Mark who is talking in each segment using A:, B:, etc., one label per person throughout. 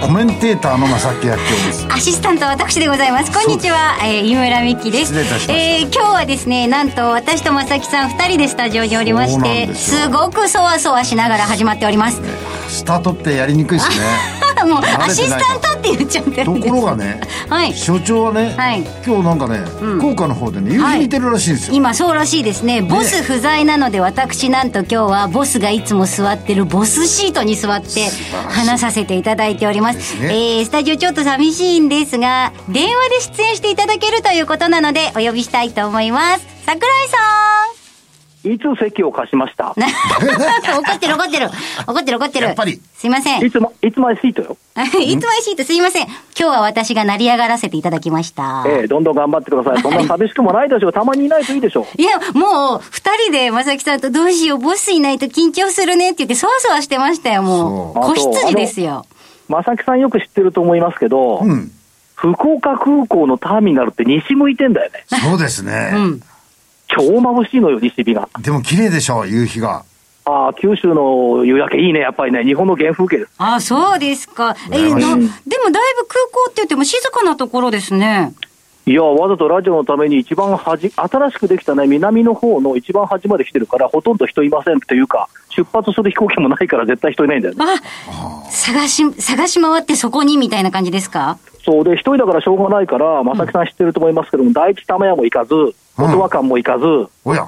A: コメンテーターの正木明夫です
B: アシスタント私でございます。こんにちは、えー、井村美希です。
A: 失礼いたしました
B: えー今日はですね、なんと私と正木さん二人でスタジオにおりまし
A: そうなん
B: て、
A: ですよ
B: すごくそわそわしながら始まっております。
A: スタートってやりにくいですね
B: もう
A: 慣れてないから
B: アシスタントって言っちゃってる
A: と
B: んです。
A: ころがね、
B: はい
A: 所長はね、
B: はい
A: 今日なんかね、福岡の方でね夕日見てるらしいんですよ、
B: 今そうらしいですねボス不在なので私なんと今日はボスがいつも座ってるボスシートに座って話させていただいております
A: ですね
B: えースタジオちょっと寂しいんですが電話で出演していただけるということなのでお呼びしたいと思います桜井さ
C: いつ席を貸しました
B: ん 怒ってる怒ってる怒ってる怒ってる
A: やっぱり
B: すいません
C: い
B: い
C: つも、いつもシートよ。
B: つもシート すいません今日は私が成り上がらせていただきました
C: ええどんどん頑張ってください。そんな寂しくもないでしょう。たまにいないといいでしょう。
B: いや、もう、二人で、まさきさんとどうしよう、ボスいないと緊張するねって言って、そわそわしてましたよ、もう。
C: そう
B: 子羊ですよ。
C: まさきさんよく知ってると思いますけど、
A: うん
C: 福岡空港のターミナルって西向いてんだよね。
A: そうですね、
B: うん。
C: 超眩しいのよ、西日が。
A: でも綺麗でしょう夕日が
C: ああ、九州の夕焼けいいね、やっぱりね。日本の原風景です。
B: あ、そうですか。え
A: 羨
B: の
A: ましい
B: でも、だいぶ空港って言っても静かなところですね。
C: いや、わざとラジオのために一番端、新しくできたね、南の方の一番端まで来てるから、ほとんど人いませんっていうか、出発する飛行機もないから絶対人いないんだよね。
B: あ、探し、探し回ってそこにみたいな感じですか
C: そうで、一人だからしょうがないから、正木さん知ってると思いますけども、第一玉屋も行かず、音和館も行かず、
A: おや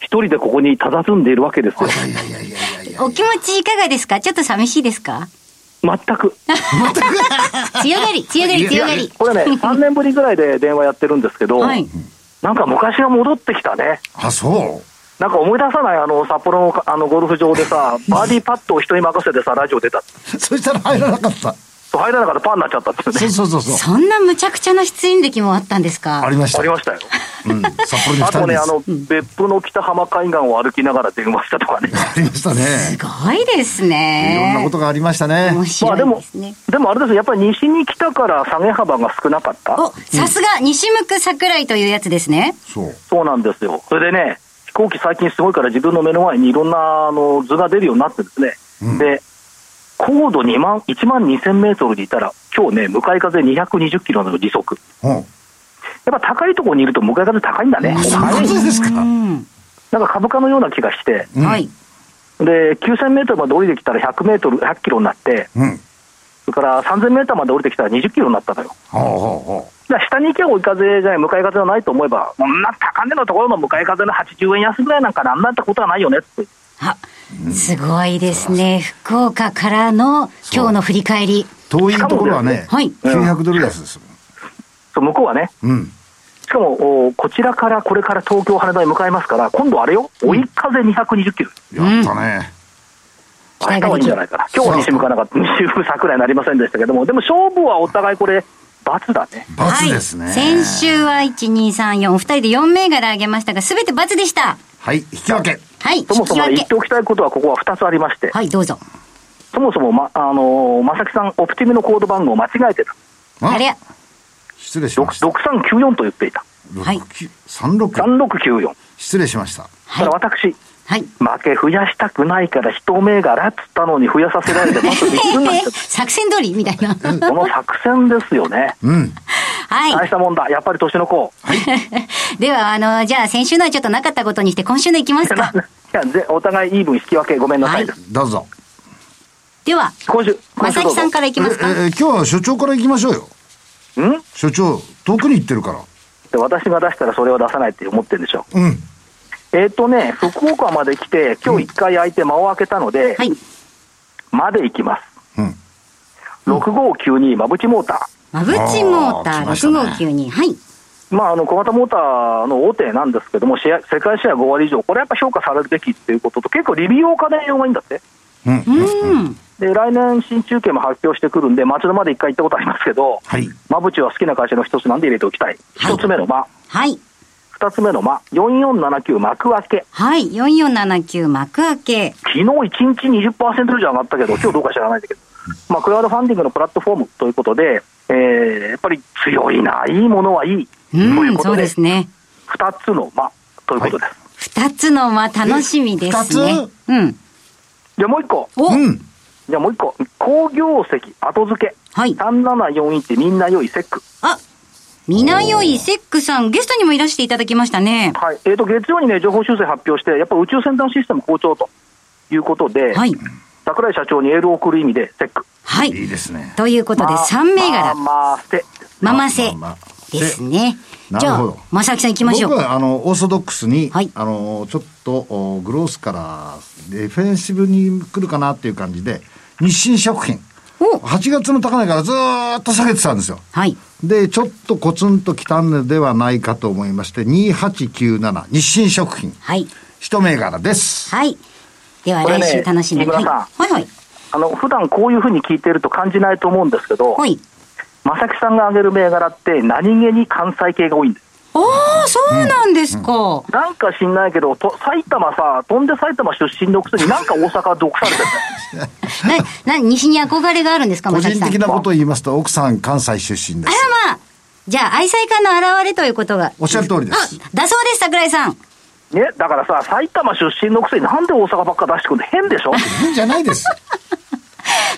C: 一人でここに佇んでいるわけですよ。
A: いやいやいやいやいや
B: お気持ちいかがですかちょっと寂しいですか
C: 全く。
B: 強がり、強がり、強がり。
C: こ れね、3年ぶりぐらいで電話やってるんですけど、
B: はい。
C: なんか昔が戻ってきたね。
A: あそう
C: なんか思い出さないあの、札幌のかあのゴルフ場で さ、バーディーパットを人に任せてさ、ラジオ出た。
A: そしたら入らなかった
C: 入らなかったらパーになっちゃったっていう
A: そう
C: ね。
A: そうそうそう
B: そんな無茶苦茶な出演歴もあったんです
A: あ
B: か
A: りました
C: ありまし たよ。
A: うん、札幌に2
C: あ
A: 人
C: と
A: で
C: ね、
A: す
C: あの、別府の北浜海岸を歩きながら電話したとかね。
A: ありましたね
B: すごいです
A: いろん
B: ね。
A: なことがありましたね
B: 面
C: ま
B: 白
C: あで
B: いで
C: も
B: すね。、
C: でもあれですよやっぱり西に来たから下げ幅が少なかった。
B: お、さすが、西向く桜井というやつですね。
A: そう
C: そうなんですよ。それでね、飛行機最近すごいから自分の目の前にいろんなあの図が出るようになってですね。で、高度2万、1万2000メートルにいたら、今日ね、向かい風220キロの時速。
A: うん
C: やっぱ高いところにいると向かい風高いんだね。
A: そういうことですか
B: うん。
C: なんか株価のような気がして、
A: うん
B: はい。
C: で、9000メートルまで降りてきたら100メートル、100キロになって、
A: うん
C: それから3000メートルまで降りてきたら20キロになったのよ。
A: ほうほうほ
C: だから下に行けば追い風じゃない、向かい風じゃないと思えば、こんな高値のところの向かい風の80円安ぐらいなんかなんなんてことはないよねって。
B: あ、すごいですね。福岡からの今日の振り返り。
A: う遠いところはね、
B: はい
A: 900ドル安です
C: そう向こうはね、
A: もんうん
C: しかもおこちらからこれから東京、羽田に向かいますから、今度あれよ、追い風220キロ、
A: やったね、
B: 期待が
C: 明日はい
B: で
C: いん
B: き
C: じゃ
B: る
C: ないかな、今日は西向かなかった、西向桜になりませんでしたけども、でも勝負はお互いこれ、罰だね。
A: 罰ですね、
B: はい。先週は1、2、3、4、お二人で4銘柄あげましたが、すべて罰でした。
A: はい引き分け
B: はい、引
C: そもそ
B: き
C: も
B: 分
C: 言っ
B: け
C: て。おきたいことは、ここは2つありまして、
B: はい、どうぞ。
C: そもそも、ま、あのー、正木さん、オプティミのコード番号を間違えてた。
B: あれ
A: 失礼しました
C: 6394と言っていた。
B: はい
A: 六三六
C: 3694。
A: 失礼しました
B: はい
C: だから私、
B: はい。
C: 負け増やしたくないから一銘柄っつったのに増やさせられて、まずびっくりになっちゃ っ
B: 作戦通りみたいな。
C: た。この作戦ですよね。
A: うん
B: は
C: 大したもんだ。やっぱり年の子。
B: い。 では、あの、じゃあ先週のはちょっとなかったことにして、今週のいきますか。
C: いやぜお互いイーブン引き分け、ごめんなさいです。
A: どうぞ
B: では、
C: 今週、今
B: ま
C: 週
B: さ
C: ど
B: き
C: うぞ
B: さんからいきますか。
A: ええ今日は所長から行きましょうよ
C: ん
A: 所長遠くに行ってるから
C: で私が出したらそれを出さないって思ってるんでしょ
A: うん
C: う。えっ、とね、福岡まで来て、今日一回空いて間を空けたので、
B: はい。
C: まで行きます。
A: うん
C: 6592馬淵モータ
B: マブチモータ
A: あー来
B: ー
A: ましたね
B: 6592。はい。
C: ー。まあ、あの小型モーターの大手なんですけども、シェア世界シェア5割以上、これやっぱ評価されるべきっていうことと、結構リビューを家電用がいいんだって。
A: うん
B: うん。
C: で来年、新中継も発表してくるんで、町田まで一回行ったことありますけど、
A: はい
C: 馬淵は好きな会社の一つなんで入れておきたい、一つ目の馬、
B: はい。
C: 2つ目の間、4479幕開け。
B: はい、4479幕開け。
C: 昨日1日20%以上上がったけど、今日どうか知らないんだけど、まあ、クラウドファンディングのプラットフォームということで、えーやっぱり強いな、いいものはいい、と
B: う、
C: いうんこ
B: そ
C: と
B: う
C: で、
B: ですね。
C: 2つの間ということです。
B: 二つの間楽しみですね。
A: え二つ
B: うん。
C: じゃあもう一個、
B: お、
A: うん。
C: じゃあもう一個、工業石後付け、
B: はい
C: 3741ってみんな良いセック。
B: あ、みなよいセックさん、ゲストにもいらしていただきましたね。
C: はいえー、と月曜に、ね、情報修正発表して、やっぱ宇宙先端システム好調ということで、
B: はい。
C: 桜井社長にエールを送る意味で、セック。
B: はい。
A: いいですね。
B: ということで、3銘柄、
C: まあ、まあ、せ。
B: ママセ
A: まあまあ
B: ですね。
A: な
B: じ
A: る
B: ゃ
A: ほ
B: あ
A: ど、
B: まさきさん行きましょう
A: 僕
B: か。
A: はあのオーソドックスに、
B: はい
A: あのちょっとおグロースからディフェンシブに来るかなっていう感じで日清食品
B: お
A: 8月の高値からずーっと下げてたんですよ
B: はい。
A: でちょっとコツンときたのではないかと思いまして2897日清食品
B: はい。
A: 一銘柄です
B: はい。では、
C: これ
B: 来
C: ね
B: 週楽しんで、
C: 木
B: は
C: 村
B: い。
C: さん
B: はいはい。
C: あの普段こういうふうに聞いてると感じないと思うんですけど、
B: はい。
C: 正木さんが挙げる銘柄って、何気に関西系が多いんです。
B: ああ、そうなんですか。
C: なんか知んないけど、と埼玉さ、飛んで埼玉出身のくせに、なんか大阪毒されてるね。
B: な、な、西に憧れがあるんですか、
A: 個
B: まさき
A: 人
B: さん。
A: 的なことを言いますと奥さん関西出身 です
B: あらまあ、じゃあ、愛妻家の現れということが。
A: おっしゃる通りで
B: あ
A: す、
B: だそうです、桜井さん。
C: ね、だからさ、埼玉出身のくせになんで大阪ばっか出してくるの変でしょ
A: いいんじゃないです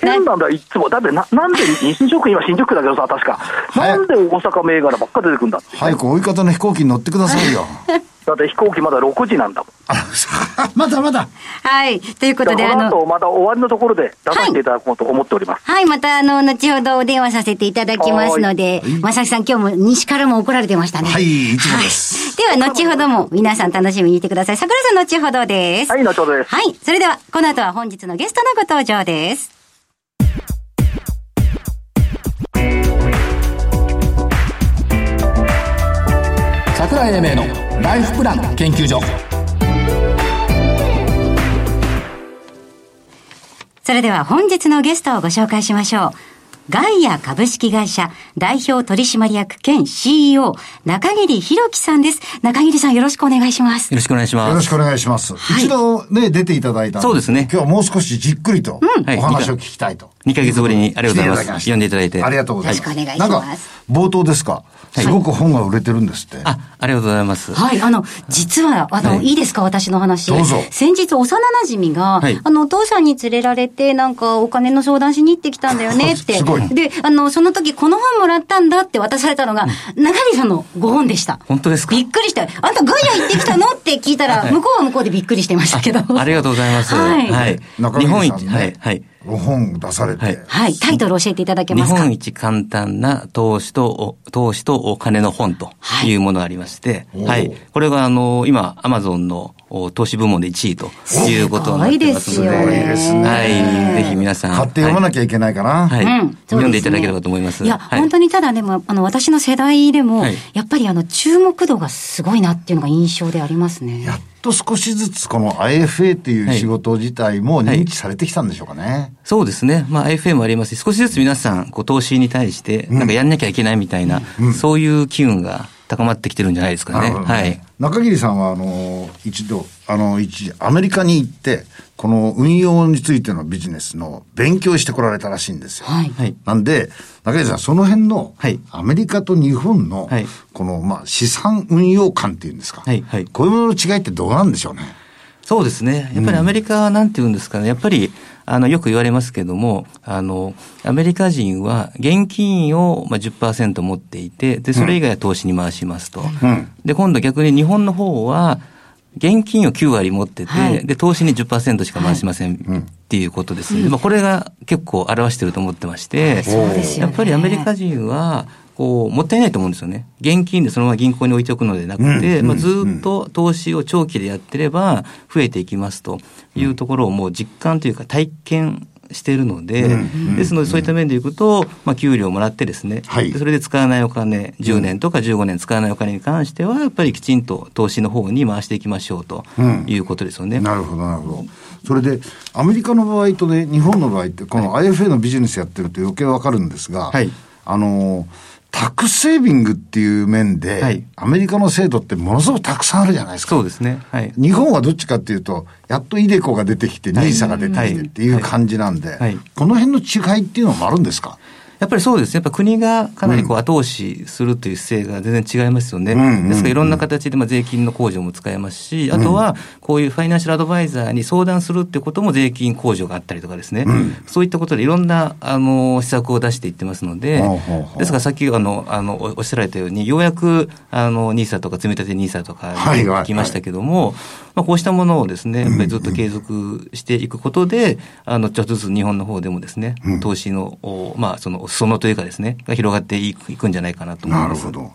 C: 変なんだよ、いっつも。だってな、なんで日清食品は新宿区だけどさ、確か。
A: い
C: なんで大阪銘柄ばっか出てくるんだって。
A: 早く追い方の飛行機に乗ってくださいよ
C: だって飛行機まだ6時なんだもん。
A: あまだまだ
B: はい。というこ
C: じ
B: と
C: ゃあ
B: で、
C: こ
B: あ
C: の
B: の、
C: 後、まだ終わりのところで出させていただこうと思っております。
B: はい、また、あの、後ほどお電話させていただきますので、まさきさん、今日も西からも怒られてましたね。
A: はいいつもです、
B: では、後ほども皆さん楽しみにしてください。桜井さん、後ほどです。
C: はい、後ほどです。
B: はい。それでは、この後は本日のゲストのご登場です。
D: 桜井英明のライフプラン研究所
B: それでは本日のゲストをご紹介しましょう。ガイア株式会社代表取締役兼 CEO 中桐弘樹さんです。中桐さんよろしくお願いします。
E: よろしくお願いし
A: よ
E: ま
A: ろ
E: す。
A: しくお願いします。
B: い
A: 一度ね、出ていただいたん
E: そうですね
A: 今日はもう少しじっくりと、
E: はい
A: お話を聞きたいと。
E: 2ヶ月ぶりにありがとうございます。
A: 来て
E: 呼んでいただいて。
A: ありがとうございます。
B: よろしくお願いし
A: な
B: ます
A: んか、冒頭ですか、すごく本が売れてるんですって。
E: あ、ありがとうございます。
B: はい、あの、実は、あの、
E: はい
B: い、いですか、私の話。
A: どうぞ
B: 先日、幼馴染が、
E: はい
B: あの、お父さんに連れられて、なんか、お金の相談しに行ってきたんだよねって。
A: すごい
B: で、あの、その時、この本もらったんだって渡されたのが、中桐さんのご本でした。
E: 本当ですか
B: びっくりした。あんた、ガイア行ってきたのって聞いたら、
E: はい
B: 向こうは向こうでびっくりしてましたけど。
E: ありがとうございます。
B: はい。は。
E: はいい。
A: 中
E: 日
A: 身さんね
E: 本一、はい、はい。
A: お本出されて、
E: はい
B: タイトル教えていただけ
E: 日
B: ますか。
E: 本一簡単な投資とお、投資とお金の本というものがありまして、
A: おー
E: はい。これがあの、今、アマゾンのお投資部門で1位ということになってますので、
B: す
A: すご
B: ごいですよね
A: いですね
E: はい。ぜひ皆さん。
A: 買って読まなきゃいけないかな。
E: はい。
B: う
E: は
B: ん
E: い
B: そうですね
E: 読んでいただければと思います。
B: いや、
E: はい
B: 本当にただね、まあ、あの、私の世代でも、
E: はい
B: やっぱりあの、注目度がすごいなっていうのが印象でありますね。
A: やっと少しずつこの IFA っていう
E: はい
A: 仕事自体も認知されてきたんでしょうかね。
E: そうですね。まあ IFA もありますし、少しずつ皆さん、こう投資に対して、なんかやんなきゃいけないみたいな、そういう機運が高まってきてるんじゃないですかね。
A: なるほどね
E: はい。
A: 中桐さんは、あの、一度、あの、一時、アメリカに行って、この運用についてのビジネスの勉強してこられたらしいんですよ。
B: はい。
E: はい。
A: なんで、中桐さん、その辺の、
E: はい
A: アメリカと日本の、
E: はい
A: この、まあ、資産運用感っていうんですか。
E: はいはい
A: こういうものの違いってどうなんでしょうね。
E: そうですね。やっぱりアメリカはなんて言うんですかね。やっぱり、あの、よく言われますけども、あの、アメリカ人は現金をまあ10%持っていて、で、それ以外は投資に回しますと。
A: うん
E: で、今度逆に日本の方は、現金を9割持ってて、
B: はい
E: で、投資に10%しか回しません、っていうことですね。まあ、これが結構表してると思ってまして、
B: そうですよ
E: や
B: ね。
E: っぱりアメリカ人は、こう、もったいないと思うんですよね。現金でそのまま銀行に置いておくのでなくて、まあ、ずっと投資を長期でやってれば、増えていきますというところをもう実感というか体験しているので、ですのでそういった面でいくと、まあ、給料もらってですね、
A: はい
E: でそれで使わないお金、10年とか15年使わないお金に関しては、やっぱりきちんと投資の方に回していきましょうということですよね。
A: なるほど、なるほど。それで、アメリカの場合とね、日本の場合って、この IFA のビジネスやってると余計わかるんですが、
E: はい
A: あの、タックスセービングっていう面で、
E: はい
A: アメリカの制度ってものすごくたくさんあるじゃないですか。
E: そうですね。はい。
A: 日本はどっちかっていうと、やっとイデコが出てきて、ニーサが出てきてっていう感じなんで、
E: いはい
A: この辺の違いっていうのもあるんですか
E: やっぱりそうですね。やっぱ国がかなりこう後押しするという姿勢が全然違いますよね。
A: うんうんうん
E: ですからいろんな形でまあ税金の控除も使えますし、あとはこういうファイナンシャルアドバイザーに相談するってことも税金控除があったりとかですね。そういったことでいろんなあの施策を出していってますので
A: ほうほうほ、う
E: ですからさっきあのあのおおっしゃられたように、ようやくあのニーサとか積み立てニーサとか
A: はいはいはい
E: 来ましたけども、まあ、こうしたものをですね、やっぱりずっと継続していくことで、あの、ちょっとずつ日本の方でもですね、投資の、おまあ、その、裾野というかですね、が広がっていくいくんじゃないかなと思い
A: な
E: ま
A: る
E: す。
A: ほど。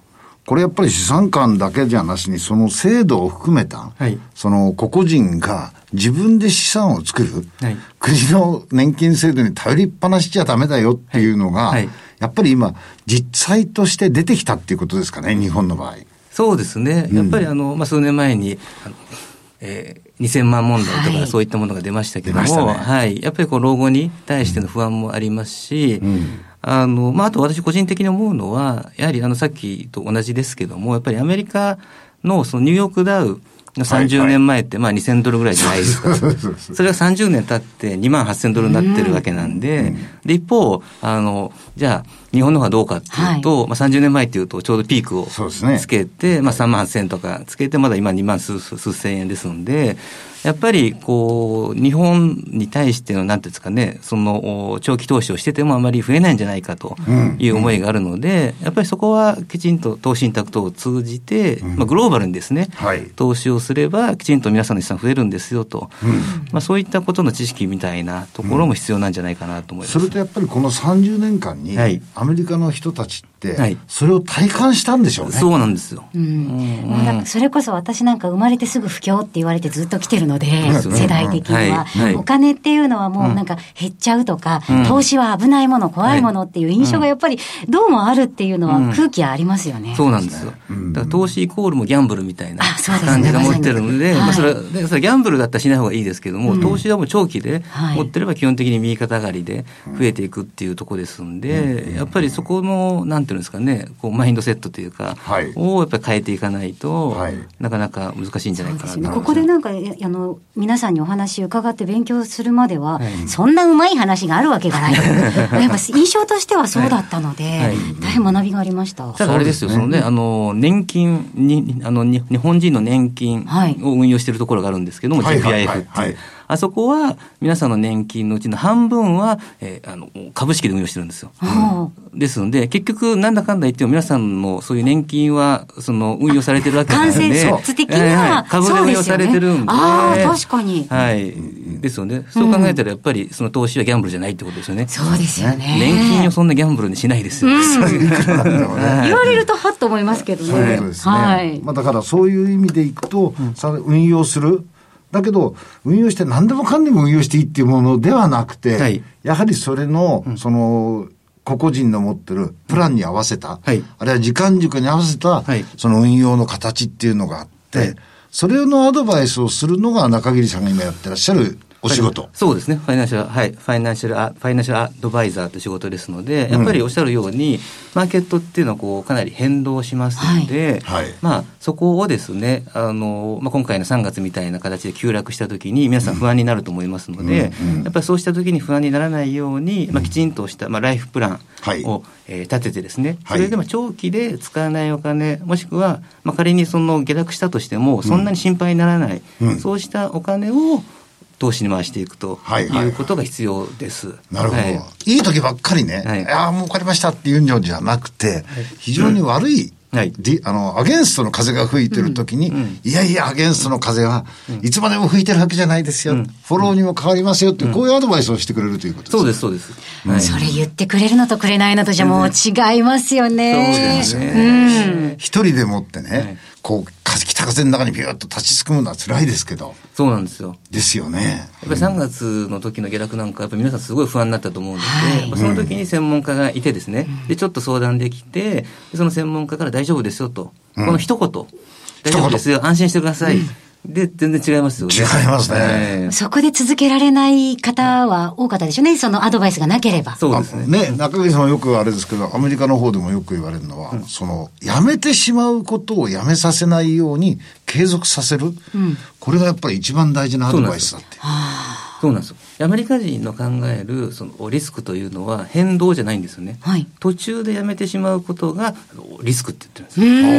A: これやっぱり資産間だけじゃなしに、その制度を含めた、
E: はい
A: その個々人が自分で資産を作る、
E: はい
A: 国の年金制度に頼りっぱなしじゃダメだよっていうのが、
E: はいはい
A: やっぱり今、実際として出てきたっていうことですかね、日本の場 合。
E: そうですね。やっぱりあの、まあ、数年前に、あのえー2000万問題と
B: はい
E: かそういったものが出ましたけど
A: 出ました
E: も、
A: ね
E: はい。やっぱりこう、老後に対しての不安もありますし、あの、まあ、あと私個人的に思うのは、やはりあの、さっきと同じですけども、やっぱりアメリカのそのニューヨークダウの
A: はいは
E: 30
A: い
E: 年前って、まあ、2000ドルぐらいじゃないですか。それが30年経って2万8000ドルになってるわけなんで、で、一方、あの、じゃあ、日本の方がどうかっていうと、まあ、30年前っていうとちょうどピークを
A: そうですね
E: つけて、まあ、3万8000円とかつけて、まだ今2万数数千円ですので、やっぱりこう、日本に対しての、なんていうんですかね、そのお長期投資をしててもあまり増えないんじゃないかという思いがあるので、やっぱりそこはきちんと投資信託等を通じて、まあ、グローバルにですね、
A: はい
E: 投資をすれば、きちんと皆さんの資産増えるんですよと、まあ、そういったことの知識みたいなところも必要なんじゃないかなと思います。
A: それとやっぱりこの30年間に
E: はい、
A: アメリカの人たちって
E: はい、
A: それを体感したんでしょうね。
E: そうなんですよ。
B: うんまあ、だからそれこそ私なんか生まれてすぐ不況って言われてずっと来てるので、
E: ですよね
B: 世代的には、
E: はいはい
B: お金っていうのはもうなんか減っちゃうとか、投資は危ないもの怖いものっていう印象がやっぱりどうもあるっていうのは空気はありますよね。
E: そうなんですよ。だから投資イコールもギャンブルみたいな
B: あそうですね
E: 感じが持ってるので、
B: まさに
E: まあそれはでそれはギャンブルだったらしない方がいいですけども、投資はもう長期で
B: はい
E: 持ってれば基本的に右肩上がりで増えていくっていうところですんで、やっぱりそこの、なんていうんですかね、こうマインドセットというか
A: はい、
E: をやっぱり変えていかないと
A: はい、
E: なかなか難しいんじゃない
B: で
E: か
B: す
E: な
B: ね、
E: と。
B: ここでなんかえあの皆さんにお話伺って勉強するまでは、
E: はい
B: そんなうまい話があるわけが ないやっぱ印象としてはそうだったので、
E: はい
B: 大変学びがありました。
E: ただあれですよ、そのね、あの、年金に、あの、に日本人の年金
B: はい
E: を運用しているところがあるんですけども、
A: はいはいはい
E: GPIF って。
A: はいいう
E: あそこは、皆さんの年金のうちの半分は、えーあの、株式で運用してるんですよ。
B: もう
E: ですので、結局、なんだかんだ言っても、皆さんのそういう年金は、その、運用されてるわけなんで。
B: 間接的には
E: えーい株で運用
B: そう
E: さ
B: ですよね
E: れてるんで。
B: あー確かに
E: はい。ですよね。そう考えたら、やっぱり、その投資はギャンブルじゃないってことですよね。
B: そうですよね。
E: 年金をそんなギャンブルにしないですよ。
B: 言われるとはっと思いますけどね。
A: そういうことですね。
B: はい。
A: まあ、だからそういう意味でいくと、さ運用する。だけど、運用して何でもかんでも運用していいっていうものではなくて、
E: はい
A: やはりそれの、その、個々人の持ってるプランに合わせた、
E: はい
A: あるいは時間軸に合わせた、
E: はい
A: その運用の形っていうのがあって、
E: はい
A: それのアドバイスをするのが中桐さんが今やってらっしゃるお仕事。
E: そうですね。ファイナンシャル、はい。ファイナンシャルア、ファイナンシャルアドバイザーという仕事ですので、やっぱりおっしゃるように、マーケットっていうのはこう、かなり変動しますので、
A: はいはい
E: まあ、そこをですね、あの、まあ、今回の3月みたいな形で急落したときに、皆さん不安になると思いますので、やっぱりそうしたときに不安にならないように、まあ、きちんとした、まあ、ライフプランを、
A: はい
E: えー立ててですね、
A: は
E: そ
A: い
E: れでも長期で使わないお金、もしくは、まあ、仮にその下落したとしても、そんなに心配にならない、
A: うん
E: そうしたお金を投資に回していくと
A: はいはいはい
E: いうことが必要です。
A: なるほど、
E: はいい、
A: い時ばっかりね、
E: はい
A: ああ、儲かりましたっていうんじゃなくて、非常に悪い、
E: はい
A: であの、アゲンストの風が吹いてる時に、いやいや、アゲンストの風はいつまでも吹いてるわけじゃないですよ、フォローにも変わりますよって、こういうアドバイスをしてくれるということです。
E: そうです、そうです。はい
B: それ言ってくれるのとくれないのとじゃもう違いますよ
E: そう
B: ね。
E: ですね
A: 一人でもってね、
E: はい
A: こう、風北風の中にピューッと立ちすくむのは辛いですけど、
E: そうなんですよ。
A: ですよね。
E: やっぱり3月の時の下落なんか、やっぱり皆さんすごい不安になったと思うんです
B: はい
E: ねやっぱその時に専門家がいてですね、で、ちょっと相談できて、でその専門家から大丈夫ですよと、この一言、大丈夫ですよ、安心してください。で、全然違いますよね。
A: 違いますね
E: ええ
B: そこで続けられない方は多かったでしょうね。そのアドバイスがなければ。
E: そうですね。
A: ね、中口さんはよくあれですけど、アメリカの方でもよく言われるのは、その、やめてしまうことをやめさせないように継続させる。これがやっぱり一番大事なアドバイスだって。
E: そうなんですよ。アメリカ人の考えるそのリスクというのは変動じゃないんですよね。
B: はい
E: 途中でやめてしまうことがリスクって言ってるんで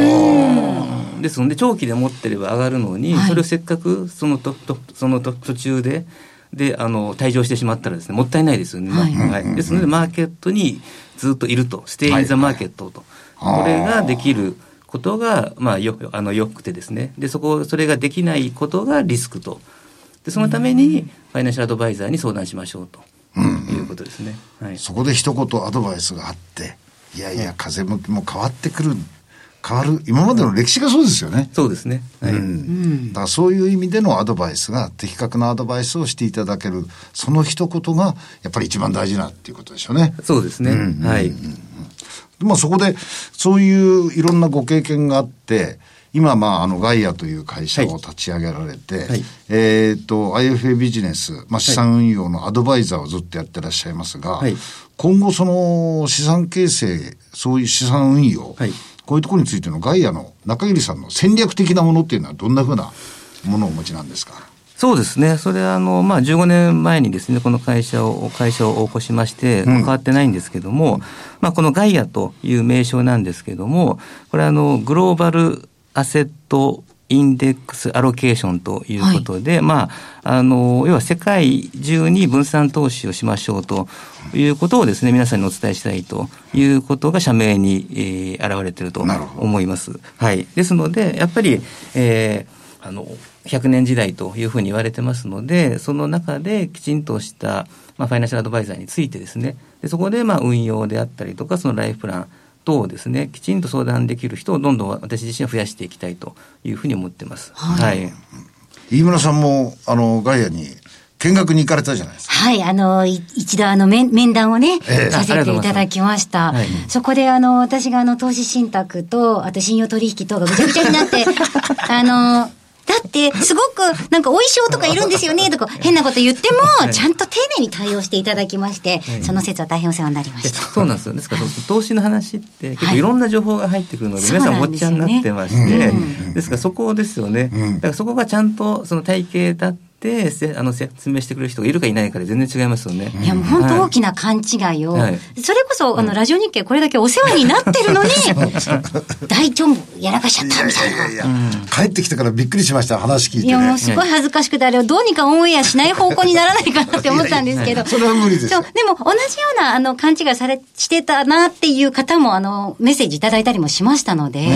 E: すよですので長期で持ってれば上がるのに、
B: はい
E: それをせっかくそのととそのと途中でであの退場してしまったらですねもったいないですよね。
B: はい
E: はい、ですのでマーケットにずっといるとステイ・イン・ザ・マーケットと、これができることが、まあ、よあのよくてですねでそこそれができないことがリスクとでそのためにファイナンシャルアドバイザーに相談しましょうと、いうことですね。はい
A: そこで一言アドバイスがあって、いやいや、風向きも変わってくる。変わる。今までの歴史がそうですよね。
E: そうですね、はい
A: だからそういう意味でのアドバイスが的確なアドバイスをしていただけるその一言がやっぱり一番大事なっていうことでしょうね。
E: そうですね、はい、
A: まあそこでそういういろんなご経験があって今まああのガイアという会社を立ち上げられて、
E: はい
A: えっ、と IFA ビジネス、まあ、資産運用のアドバイザーをずっとやってらっしゃいますが、
E: はい
A: 今後その資産形成そういう資産運用、
E: はい
A: こういうところについてのガイアの中桐さんの戦略的なものっていうのはどんなふうなものをお持ちなんですか
E: そうですね。それはあの、まあ、15年前にですね、この会社を、会社を起こしまして、まあ変わってないんですけども、まあ、このガイアという名称なんですけども、これはあの、グローバルアセットインデックスアロケーションということで、まあ、あの、要は世界中に分散投資をしましょうということをですね、皆さんにお伝えしたいということが社名に、えー現れていると
A: なるほど
E: 思います。はい。ですので、やっぱり、えーあの、100年時代というふうに言われてますので、その中できちんとした、まあ、ファイナンシャルアドバイザーについてですね、でそこで、まあ、運用であったりとか、そのライフプラン等をですね、きちんと相談できる人をどんどん私自身は増やしていきたいというふうに思ってます。はい。
A: 飯村さんもあのガイアに見学に行かれたじゃないですか。
B: はい、あの、い一度あの面、面談をね、
A: ええ
B: させていただきました。
E: ありがとうございます
B: そこであの、私があの、投資信託と、あと信用取引等がぐちゃぐちゃにな って、あの、だって、すごく、なんか、お衣装とかいるんですよね、とか、変なこと言っても、ちゃんと丁寧に対応していただきまして、その説は大変お世話になりま
E: で
B: した。
E: そうなんですよ。ですから、その投資の話って、結
B: は
E: 構
B: い
E: いろんな情報が入ってくるので、皆
B: そ
E: さん
B: うな
E: お
B: ん
E: っ
B: です
E: ち
B: よ
E: ゃ
B: ね
E: になってまして、ですからそこですよね。だからそこがちゃんと、その体系立って、せあの、説明してくれる人がいるかいないかで全然違いますよね。
B: いやもう本当大
E: い
B: きな勘違いを、
E: はい
B: それこそあのラジオ日経これだけお世話になってる のに、大丈夫やらかしちゃったみたいな。
A: いや、帰ってきてからびっくりしました話聞いて、
B: い
A: ね。
B: や、もうすごい恥ずかしくて、あれをどうにかオンエアしない方向にならないかなって思ったんですけど。
A: それは無理です
B: そう、でも同じような、あの、勘違いされ、してたなっていう方も、あの、メッセージいただいたりもしましたので、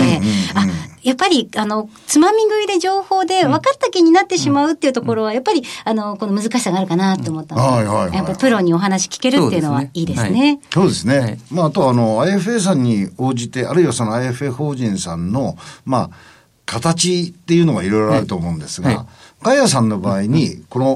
B: あ、やっぱり、あの、つまみ食いで情報で分かった気になってしまうっていうところは、やっぱり、あの、この難しさがあるかなと思ったので、
A: うんはいはいはい
B: やっぱプロにお話聞けるっていうのはいいです
E: そうですねは
B: ね。
A: そうですね。
E: はい
A: まあ、あとはあの、IFA さんに応じて、あるいはその IFA 法人さんの、まあ、形っていうのがいろいろあると思うんですが、
E: はいはい
A: ガイアさんの場合に、この、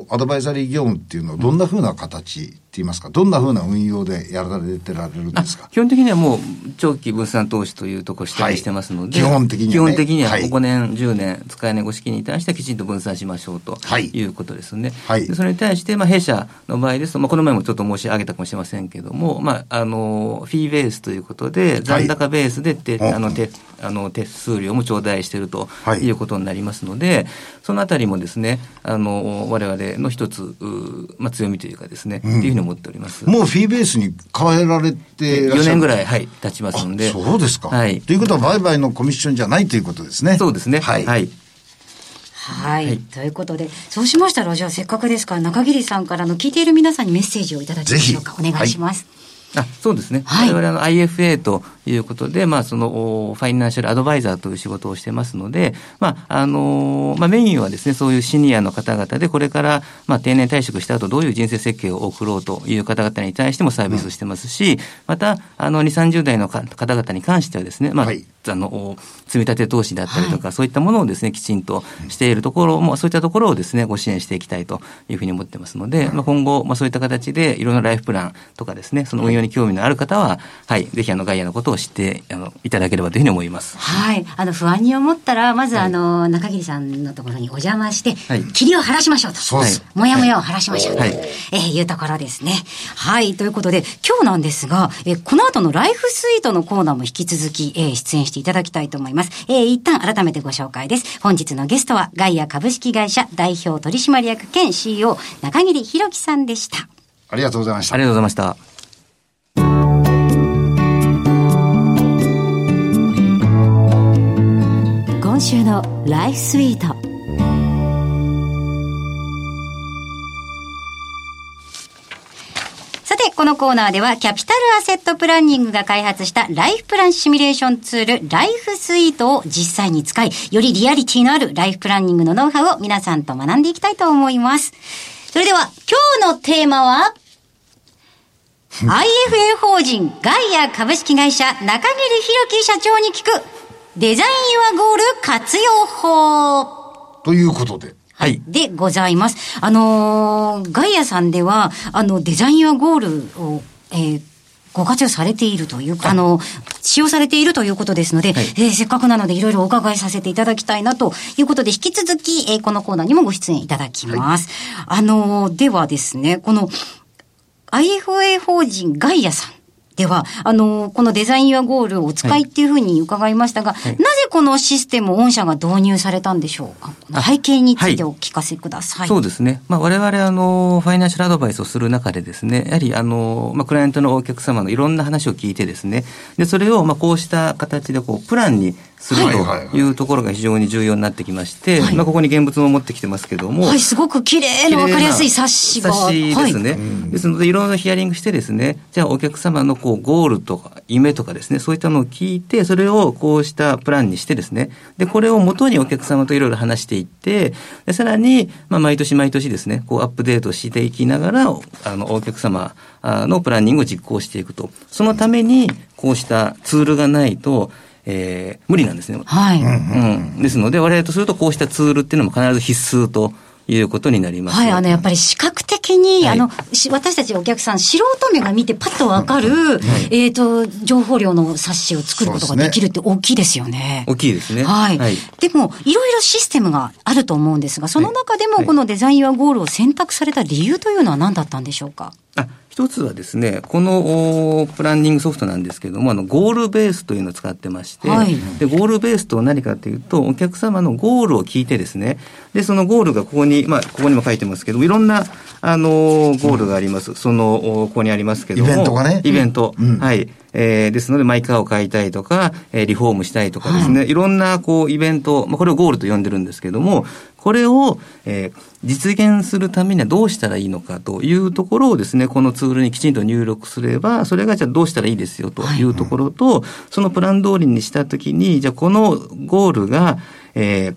A: おアドバイザリー業務っていうのはどんなふうな形って言いますか、どんなふうな運用でやられてられるんですか
E: 基本的にはもう長期分散投資というところを指摘してますので、
A: はい基本的にはね
E: 基本的には
A: はい
E: 5年、10年、使い値ご資金に対してきちんと分散しましょうと
A: はい
E: いうことですね。
A: はい
E: でそれに対して、まあ、弊社の場合ですと、まあ、この前もちょっと申し上げたかもしれませんけども、まあ、あの、フィーベースということで、残高ベースでて、
A: うん
E: あの、て、あの、手数料も頂戴していると
A: はい
E: いうことになりますので、そのあたりもですね、あの、我々の一つ、うまあ、強みというかですね、っていうふうに思っております。
A: もうフィーベースに変えられてらっしゃ
E: 4
A: る
E: 年ぐらい、はい、経ちますので。
A: あそうですか。
E: はい
A: と。いうことは、売買のコミッションじゃないということですね。
E: そうですね。
A: はい。
E: はい。
B: はい、
E: はい
B: ということで、そうしましたら、じゃあせっかくですから、中桐さんからの聞いている皆さんにメッセージをいただきましょうか。お
A: ぜひ
B: 願いします。
E: あそうですね、
B: はい
E: 我々あの IFA ということで、まあ、そのおファイナンシャルアドバイザーという仕事をしてますので、まああのまあ、メインはですねそういうシニアの方々でこれから、まあ、定年退職した後どういう人生設計を送ろうという方々に対してもサービスをしてますし、またあの2 3 0代のか方々に関してはですね、まあ
A: はい
E: あのお積み立て投資だったりとか、そういったものをですねきちんとしているところもそういったところをですねご支援していきたいというふうに思ってますので、まあ、今後、まあ、そういった形でいろんなライフプランとかですねその運用に興味のある方は、はい、ぜひあのガイアのことをしてあのいただければというふうに思います。
B: はい。あの、不安に思ったら、まず、あの、中桐さんのところにお邪魔して、
E: はい
B: 霧を晴らしましょうと。
A: そうです
B: もやもやを晴らしましょうと。
E: はい
B: い、えーいうところですね。はい。ということで、今日なんですが、えーこの後のライフスイートのコーナーも引き続き、えー出演していただきたいと思います。えー一旦改めてご紹介です。本日のゲストは、ガイア株式会社代表取締役兼 CEO、中桐弘樹さんでした。
A: ありがとうございました
E: ありがとうございました。
F: 今週のライフスイート
B: さて、このコーナーでは、キャピタルアセットプランニングが開発したライフプランシミュレーションツール、ライフスイートを実際に使い、よりリアリティのあるライフプランニングのノウハウを皆さんと学んでいきたいと思います。それでは、今日のテーマは、IFA 法人ガイア株式会社中桐弘樹社長に聞く、デザイン・ユア・ゴール活用法。
A: ということで
E: はい。
B: でございます。あのーガイアさんでは、あの、デザインやゴールを、えーご活用されているというか、あの、使用されているということですので、
E: はい
B: えーせっかくなのでいろいろお伺いさせていただきたいなということで、引き続き、えーこのコーナーにもご出演いただきます。あのーではですね、この IFA 法人ガイアさん。では、あのーこのデザインやゴールをお使いっていうふうに伺いましたが、なぜこのシステムを御社が導入されたんでしょうか
E: あ
B: 背景について
E: はい
B: お聞かせください。
E: そうですね。まあ、我々、あの、ファイナンシャルアドバイスをする中でですね、やはり、あの、まあ、クライアントのお客様のいろんな話を聞いてですね、で、それを、まあ、こうした形で、こう、プランにする
A: はいはいは
E: と
A: い
E: いうところが非常に重要になってきまして、
B: はい
E: まあ、ここに現物も持ってきてますけども、
B: はい、すごく綺麗な分かりやすい冊子が。
E: 冊子ですね。
B: はい。
E: ですので、いろいろヒアリングしてですね、じゃあお客様のこうゴールとか夢とかですね、そういったのを聞いて、それをこうしたプランにしてですね、で、これを元にお客様といろいろ話していって、でさらに、まあ、毎年毎年ですね、こうアップデートしていきながら、あの、お客様あのプランニングを実行していくと。そのために、こうしたツールがないと、えー無理なんですね。
B: はい。
E: うん。ですので、我々とすると、こうしたツールっていうのも必ず必須ということになります。
B: はい、あの、やっぱり視覚的に、
E: は
B: あ
E: い
B: の、し私たちお客さん、素人目が見てパッとわかる、えっ、と、情報量の冊子を作ることができるって大きいですよね。
E: 大きいですね。
B: はい、でも、いろいろシステムがあると思うんですが、その中で
E: は
B: も
E: い
B: このデザインはゴールを選択された理由というのは何だったんでしょうか。
E: あ一つはですね、このおープランニングソフトなんですけども、あの、ゴールベースというのを使ってまして、
B: はい
E: で、ゴールベースとは何かというと、お客様のゴールを聞いてですね、で、そのゴールがここに、まあ、ここにも書いてますけども、いろんな、あのーゴールがあります。その、おここにありますけども。
A: イベントがね
E: イベント。
A: うん
E: はい。えーですので、マイカーを買いたいとか、えーリフォームしたいとかですね、い、ろんな、こう、イベント、まあ、これをゴールと呼んでるんですけども、これを、えー実現するためにはどうしたらいいのかというところをですね、このツールにきちんと入力すれば、それがじゃあどうしたらいいですよというところと、そのプラン通りにしたときに、じゃあこのゴールが、えー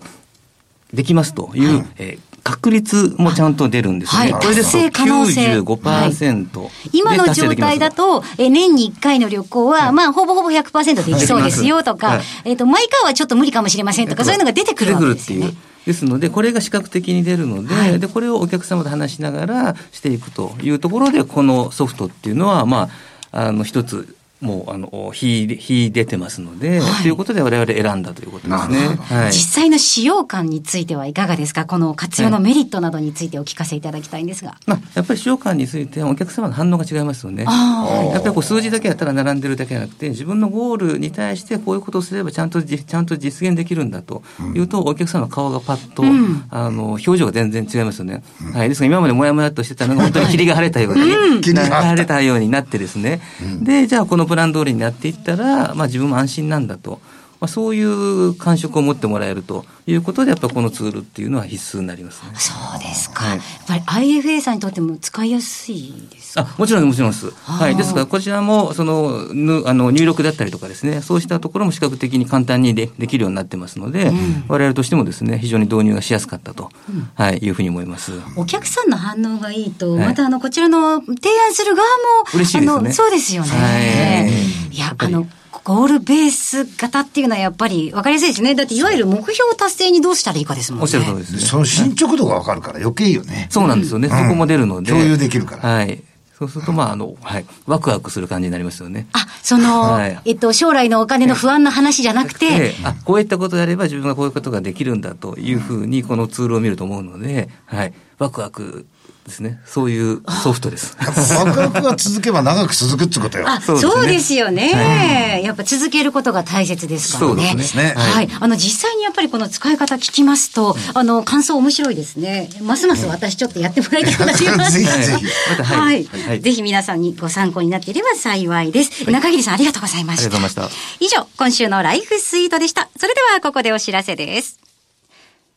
E: できますという、えー確率もちゃんと出るんですね。
B: はい
E: これですと
B: 達成可能性
E: 95%、はい、
B: 今の状態だと、え年に1回の旅行は、まあ、ほぼほぼ100%できそうですよと
E: は
B: か
E: い、
B: えっ、と、マイカーはちょっと無理かもしれませんとか、そういうのが出てくるわけですよ
E: 出
B: ね
E: てくるっていう。ですので、これが視覚的に出るので、
B: はい
E: で、これをお客様と話しながらしていくというところで、このソフトっていうのは、まあ、あの、一つ、もう、あの、非、非出てますので、
B: はい
E: ということで我々選んだということですね
A: なるほ。ど
E: はい。
B: 実際の使用感についてはいかがですかこの活用のメリットなどについてお聞かせいただきたいんですが。
E: まあ、やっぱり使用感についてはお客様の反応が違いますよね。
B: あ
E: やっぱりこう数字だけやったら並んでるだけじゃなくて、自分のゴールに対してこういうことをすればちゃんとじちゃんと実現できるんだというと、お客様の顔がパッと、あの、表情が全然違いますよね。はい。ですから今までもやもやっとしてたのが本当に霧が晴れたように、
A: 霧が晴れた
E: 晴れたようになってですね。で、じゃあこのプラン通りになっていったら、まあ自分も安心なんだと。まあ、そういう感触を持ってもらえるということで、やっぱりこのツールっていうのは必須になりますね
B: あ、。そうですか。
E: は
B: や
E: い
B: っぱり IFA さんにとっても使いやすいですか
E: あもちろんですもちろんです。はい。ですから、こちらも、その、ぬあの入力だったりとかですね、そうしたところも視覚的に簡単にでできるようになってますので、我々としてもですね、非常に導入がしやすかったと、はい、いうふうに思います。
B: お客さんの反応がいいと、
E: はい
B: またあの、こちらの提案する側も、
E: 嬉しいですね
B: あのそうですよね。
E: はい
B: い、や、あの、ゴールベース型っていうのはやっぱり分かりやすいですね。だっていわゆる目標達成にどうしたらいいかですもんね。
E: おっしゃる通りですね。
A: その進捗度がわかるから余計いいよね
E: そうなんですよね。そこも出るので。
A: 共有できるから
E: はい。そうすると、まあ、あの、はい、ワクワクする感じになりますよね。
B: あ、その、
E: はい
B: えっと、将来のお金の不安の話じゃなくて、
E: で、あ、こういったことやれば自分がこういうことができるんだというふうに、このツールを見ると思うので、はい、ワクワクですね。そういうソフトです。
A: ワクワクが続けば長く続くってことよ。
B: あ、
E: そうですね
B: そうですよね、やっぱ続けることが大切ですからね。
E: そうです
A: ね
B: はい。あの、実際にやっぱりこの使い方聞きますと、あの、感想面白いですね。ますます私ちょっとやってもらいたくなり ま
A: ぜ
B: し
A: ひ
B: た。
A: ぜひ
E: また
B: は
E: はいい。はい
B: ぜひ皆さんにご参考になっていれば幸いです。中桐さんありがとうございました。
E: ありがとうございまし
B: 以上、今週のライフスイートでした。それではここでお知らせです。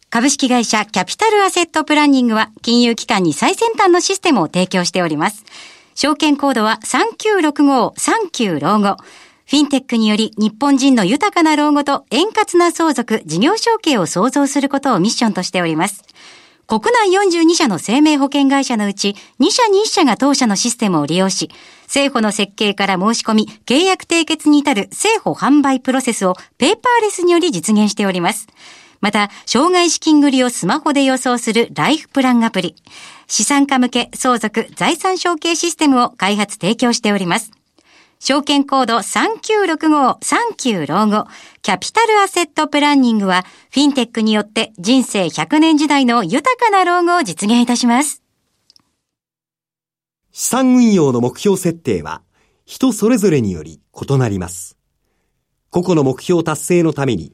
B: 株式会社キャピタルアセットプランニングは金融機関に最先端のシステムを提供しております。証券コードは3965、39老後。フィンテックにより日本人の豊かな老後と円滑な相続、事業承継を創造することをミッションとしております。国内42社の生命保険会社のうち2社に1社が当社のシステムを利用し、政府の設計から申し込み、契約締結に至る政府販売プロセスをペーパーレスにより実現しております。また、障害資金繰りをスマホで予想するライフプランアプリ、資産家向け相続財産承継システムを開発提供しております。証券コード3965、39老後、キャピタルアセットプランニングは、フィンテックによって人生100年時代の豊かな老後を実現いたします。
G: 資産運用の目標設定は人それぞれにより異なります。個々の目標達成のために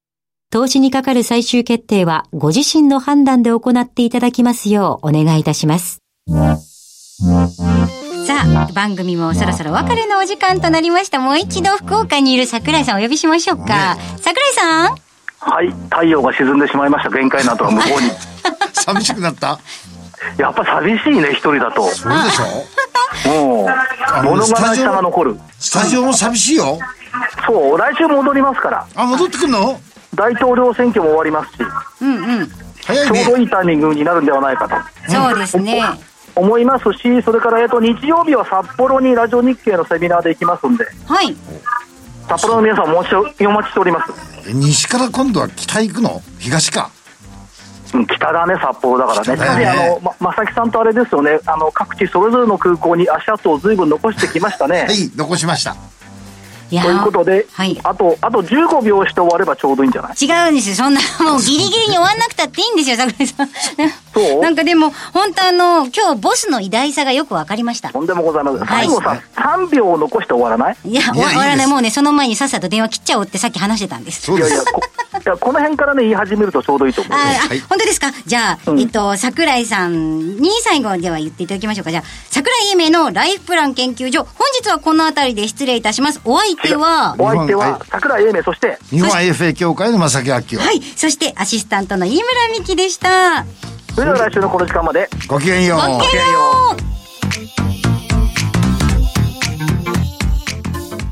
F: 投資にかかる最終決定は、ご自身の判断で行っていただきますようお願いいたします。
B: さあ、番組もそろそろお別れのお時間となりました。もう一度福岡にいる桜井さんをお呼びしましょうか。桜井さん
C: はい、太陽が沈んでしまいました、限界などは向こうに。
A: 寂しくなった
C: やっぱ寂しいね、一人だと。
A: そうでしょ
C: もう、物悲しさが残る。
A: スタジオも寂しいよ。
C: そう、来週戻りますから。
A: あ、戻ってくんの
C: 大統領選挙も終わりますし、ち
A: 早いね。
C: ょうどいいタイミングになるんではないかと
B: そうですね。
C: 思いますし、それから、えっと、日曜日は札幌にラジオ日経のセミナーで行きますんで、
B: はい。
C: 札幌の皆さんもお待ちお待ちしております。
A: 西から今度は北行くの東か。
C: うん北がね、札幌だからね、
A: 北
C: しか
A: だよ
C: し、
A: ね
C: あのま正木さんとあれですよね、あの各地それぞれの空港に足跡をずいぶん残してきましたね
A: は。い、残しました。
B: いやー
C: ということで、
B: はい。
C: あとあと15秒して終わればちょうどいいんじゃない
B: 違うんですよ。そんな、もうギリギリに終わんなくたっていいんですよ、桜井さん。
C: そ う
B: なんかでも、本当あの、今日ボスの偉大さがよくわかりました。
C: とんでもございません、
B: はい
C: 最後さ、3秒残して終わらない
B: いや、
A: いや
B: 終わら
A: いい
B: な
A: で
B: い。
A: す
B: もうね、その前にさっさと電話切っちゃおうってさっき話してたんです。
A: そう
C: い
A: で
C: やい
A: す。
C: や、こいやこの辺からね、言い始めるとちょうどいいと思
B: あ
C: う。
B: ー、
A: はい
B: あ、本当ですかじゃあ、
C: うん
B: えっと、桜井さんに最後では言っていただきましょうか。じゃあ、桜井英明のライフプラン研究所、本日はこの辺りで失礼いたします。お相手は、
C: お相
A: 日
C: 手
A: 本は
C: は桜井英明、そして、
A: 日本 AFA 協会の正木明夫。
B: はい、そしてアシスタントの飯村美希でした。
C: それでは来週のこの時間まで。
A: ごきげんよう。
B: ごきげんよう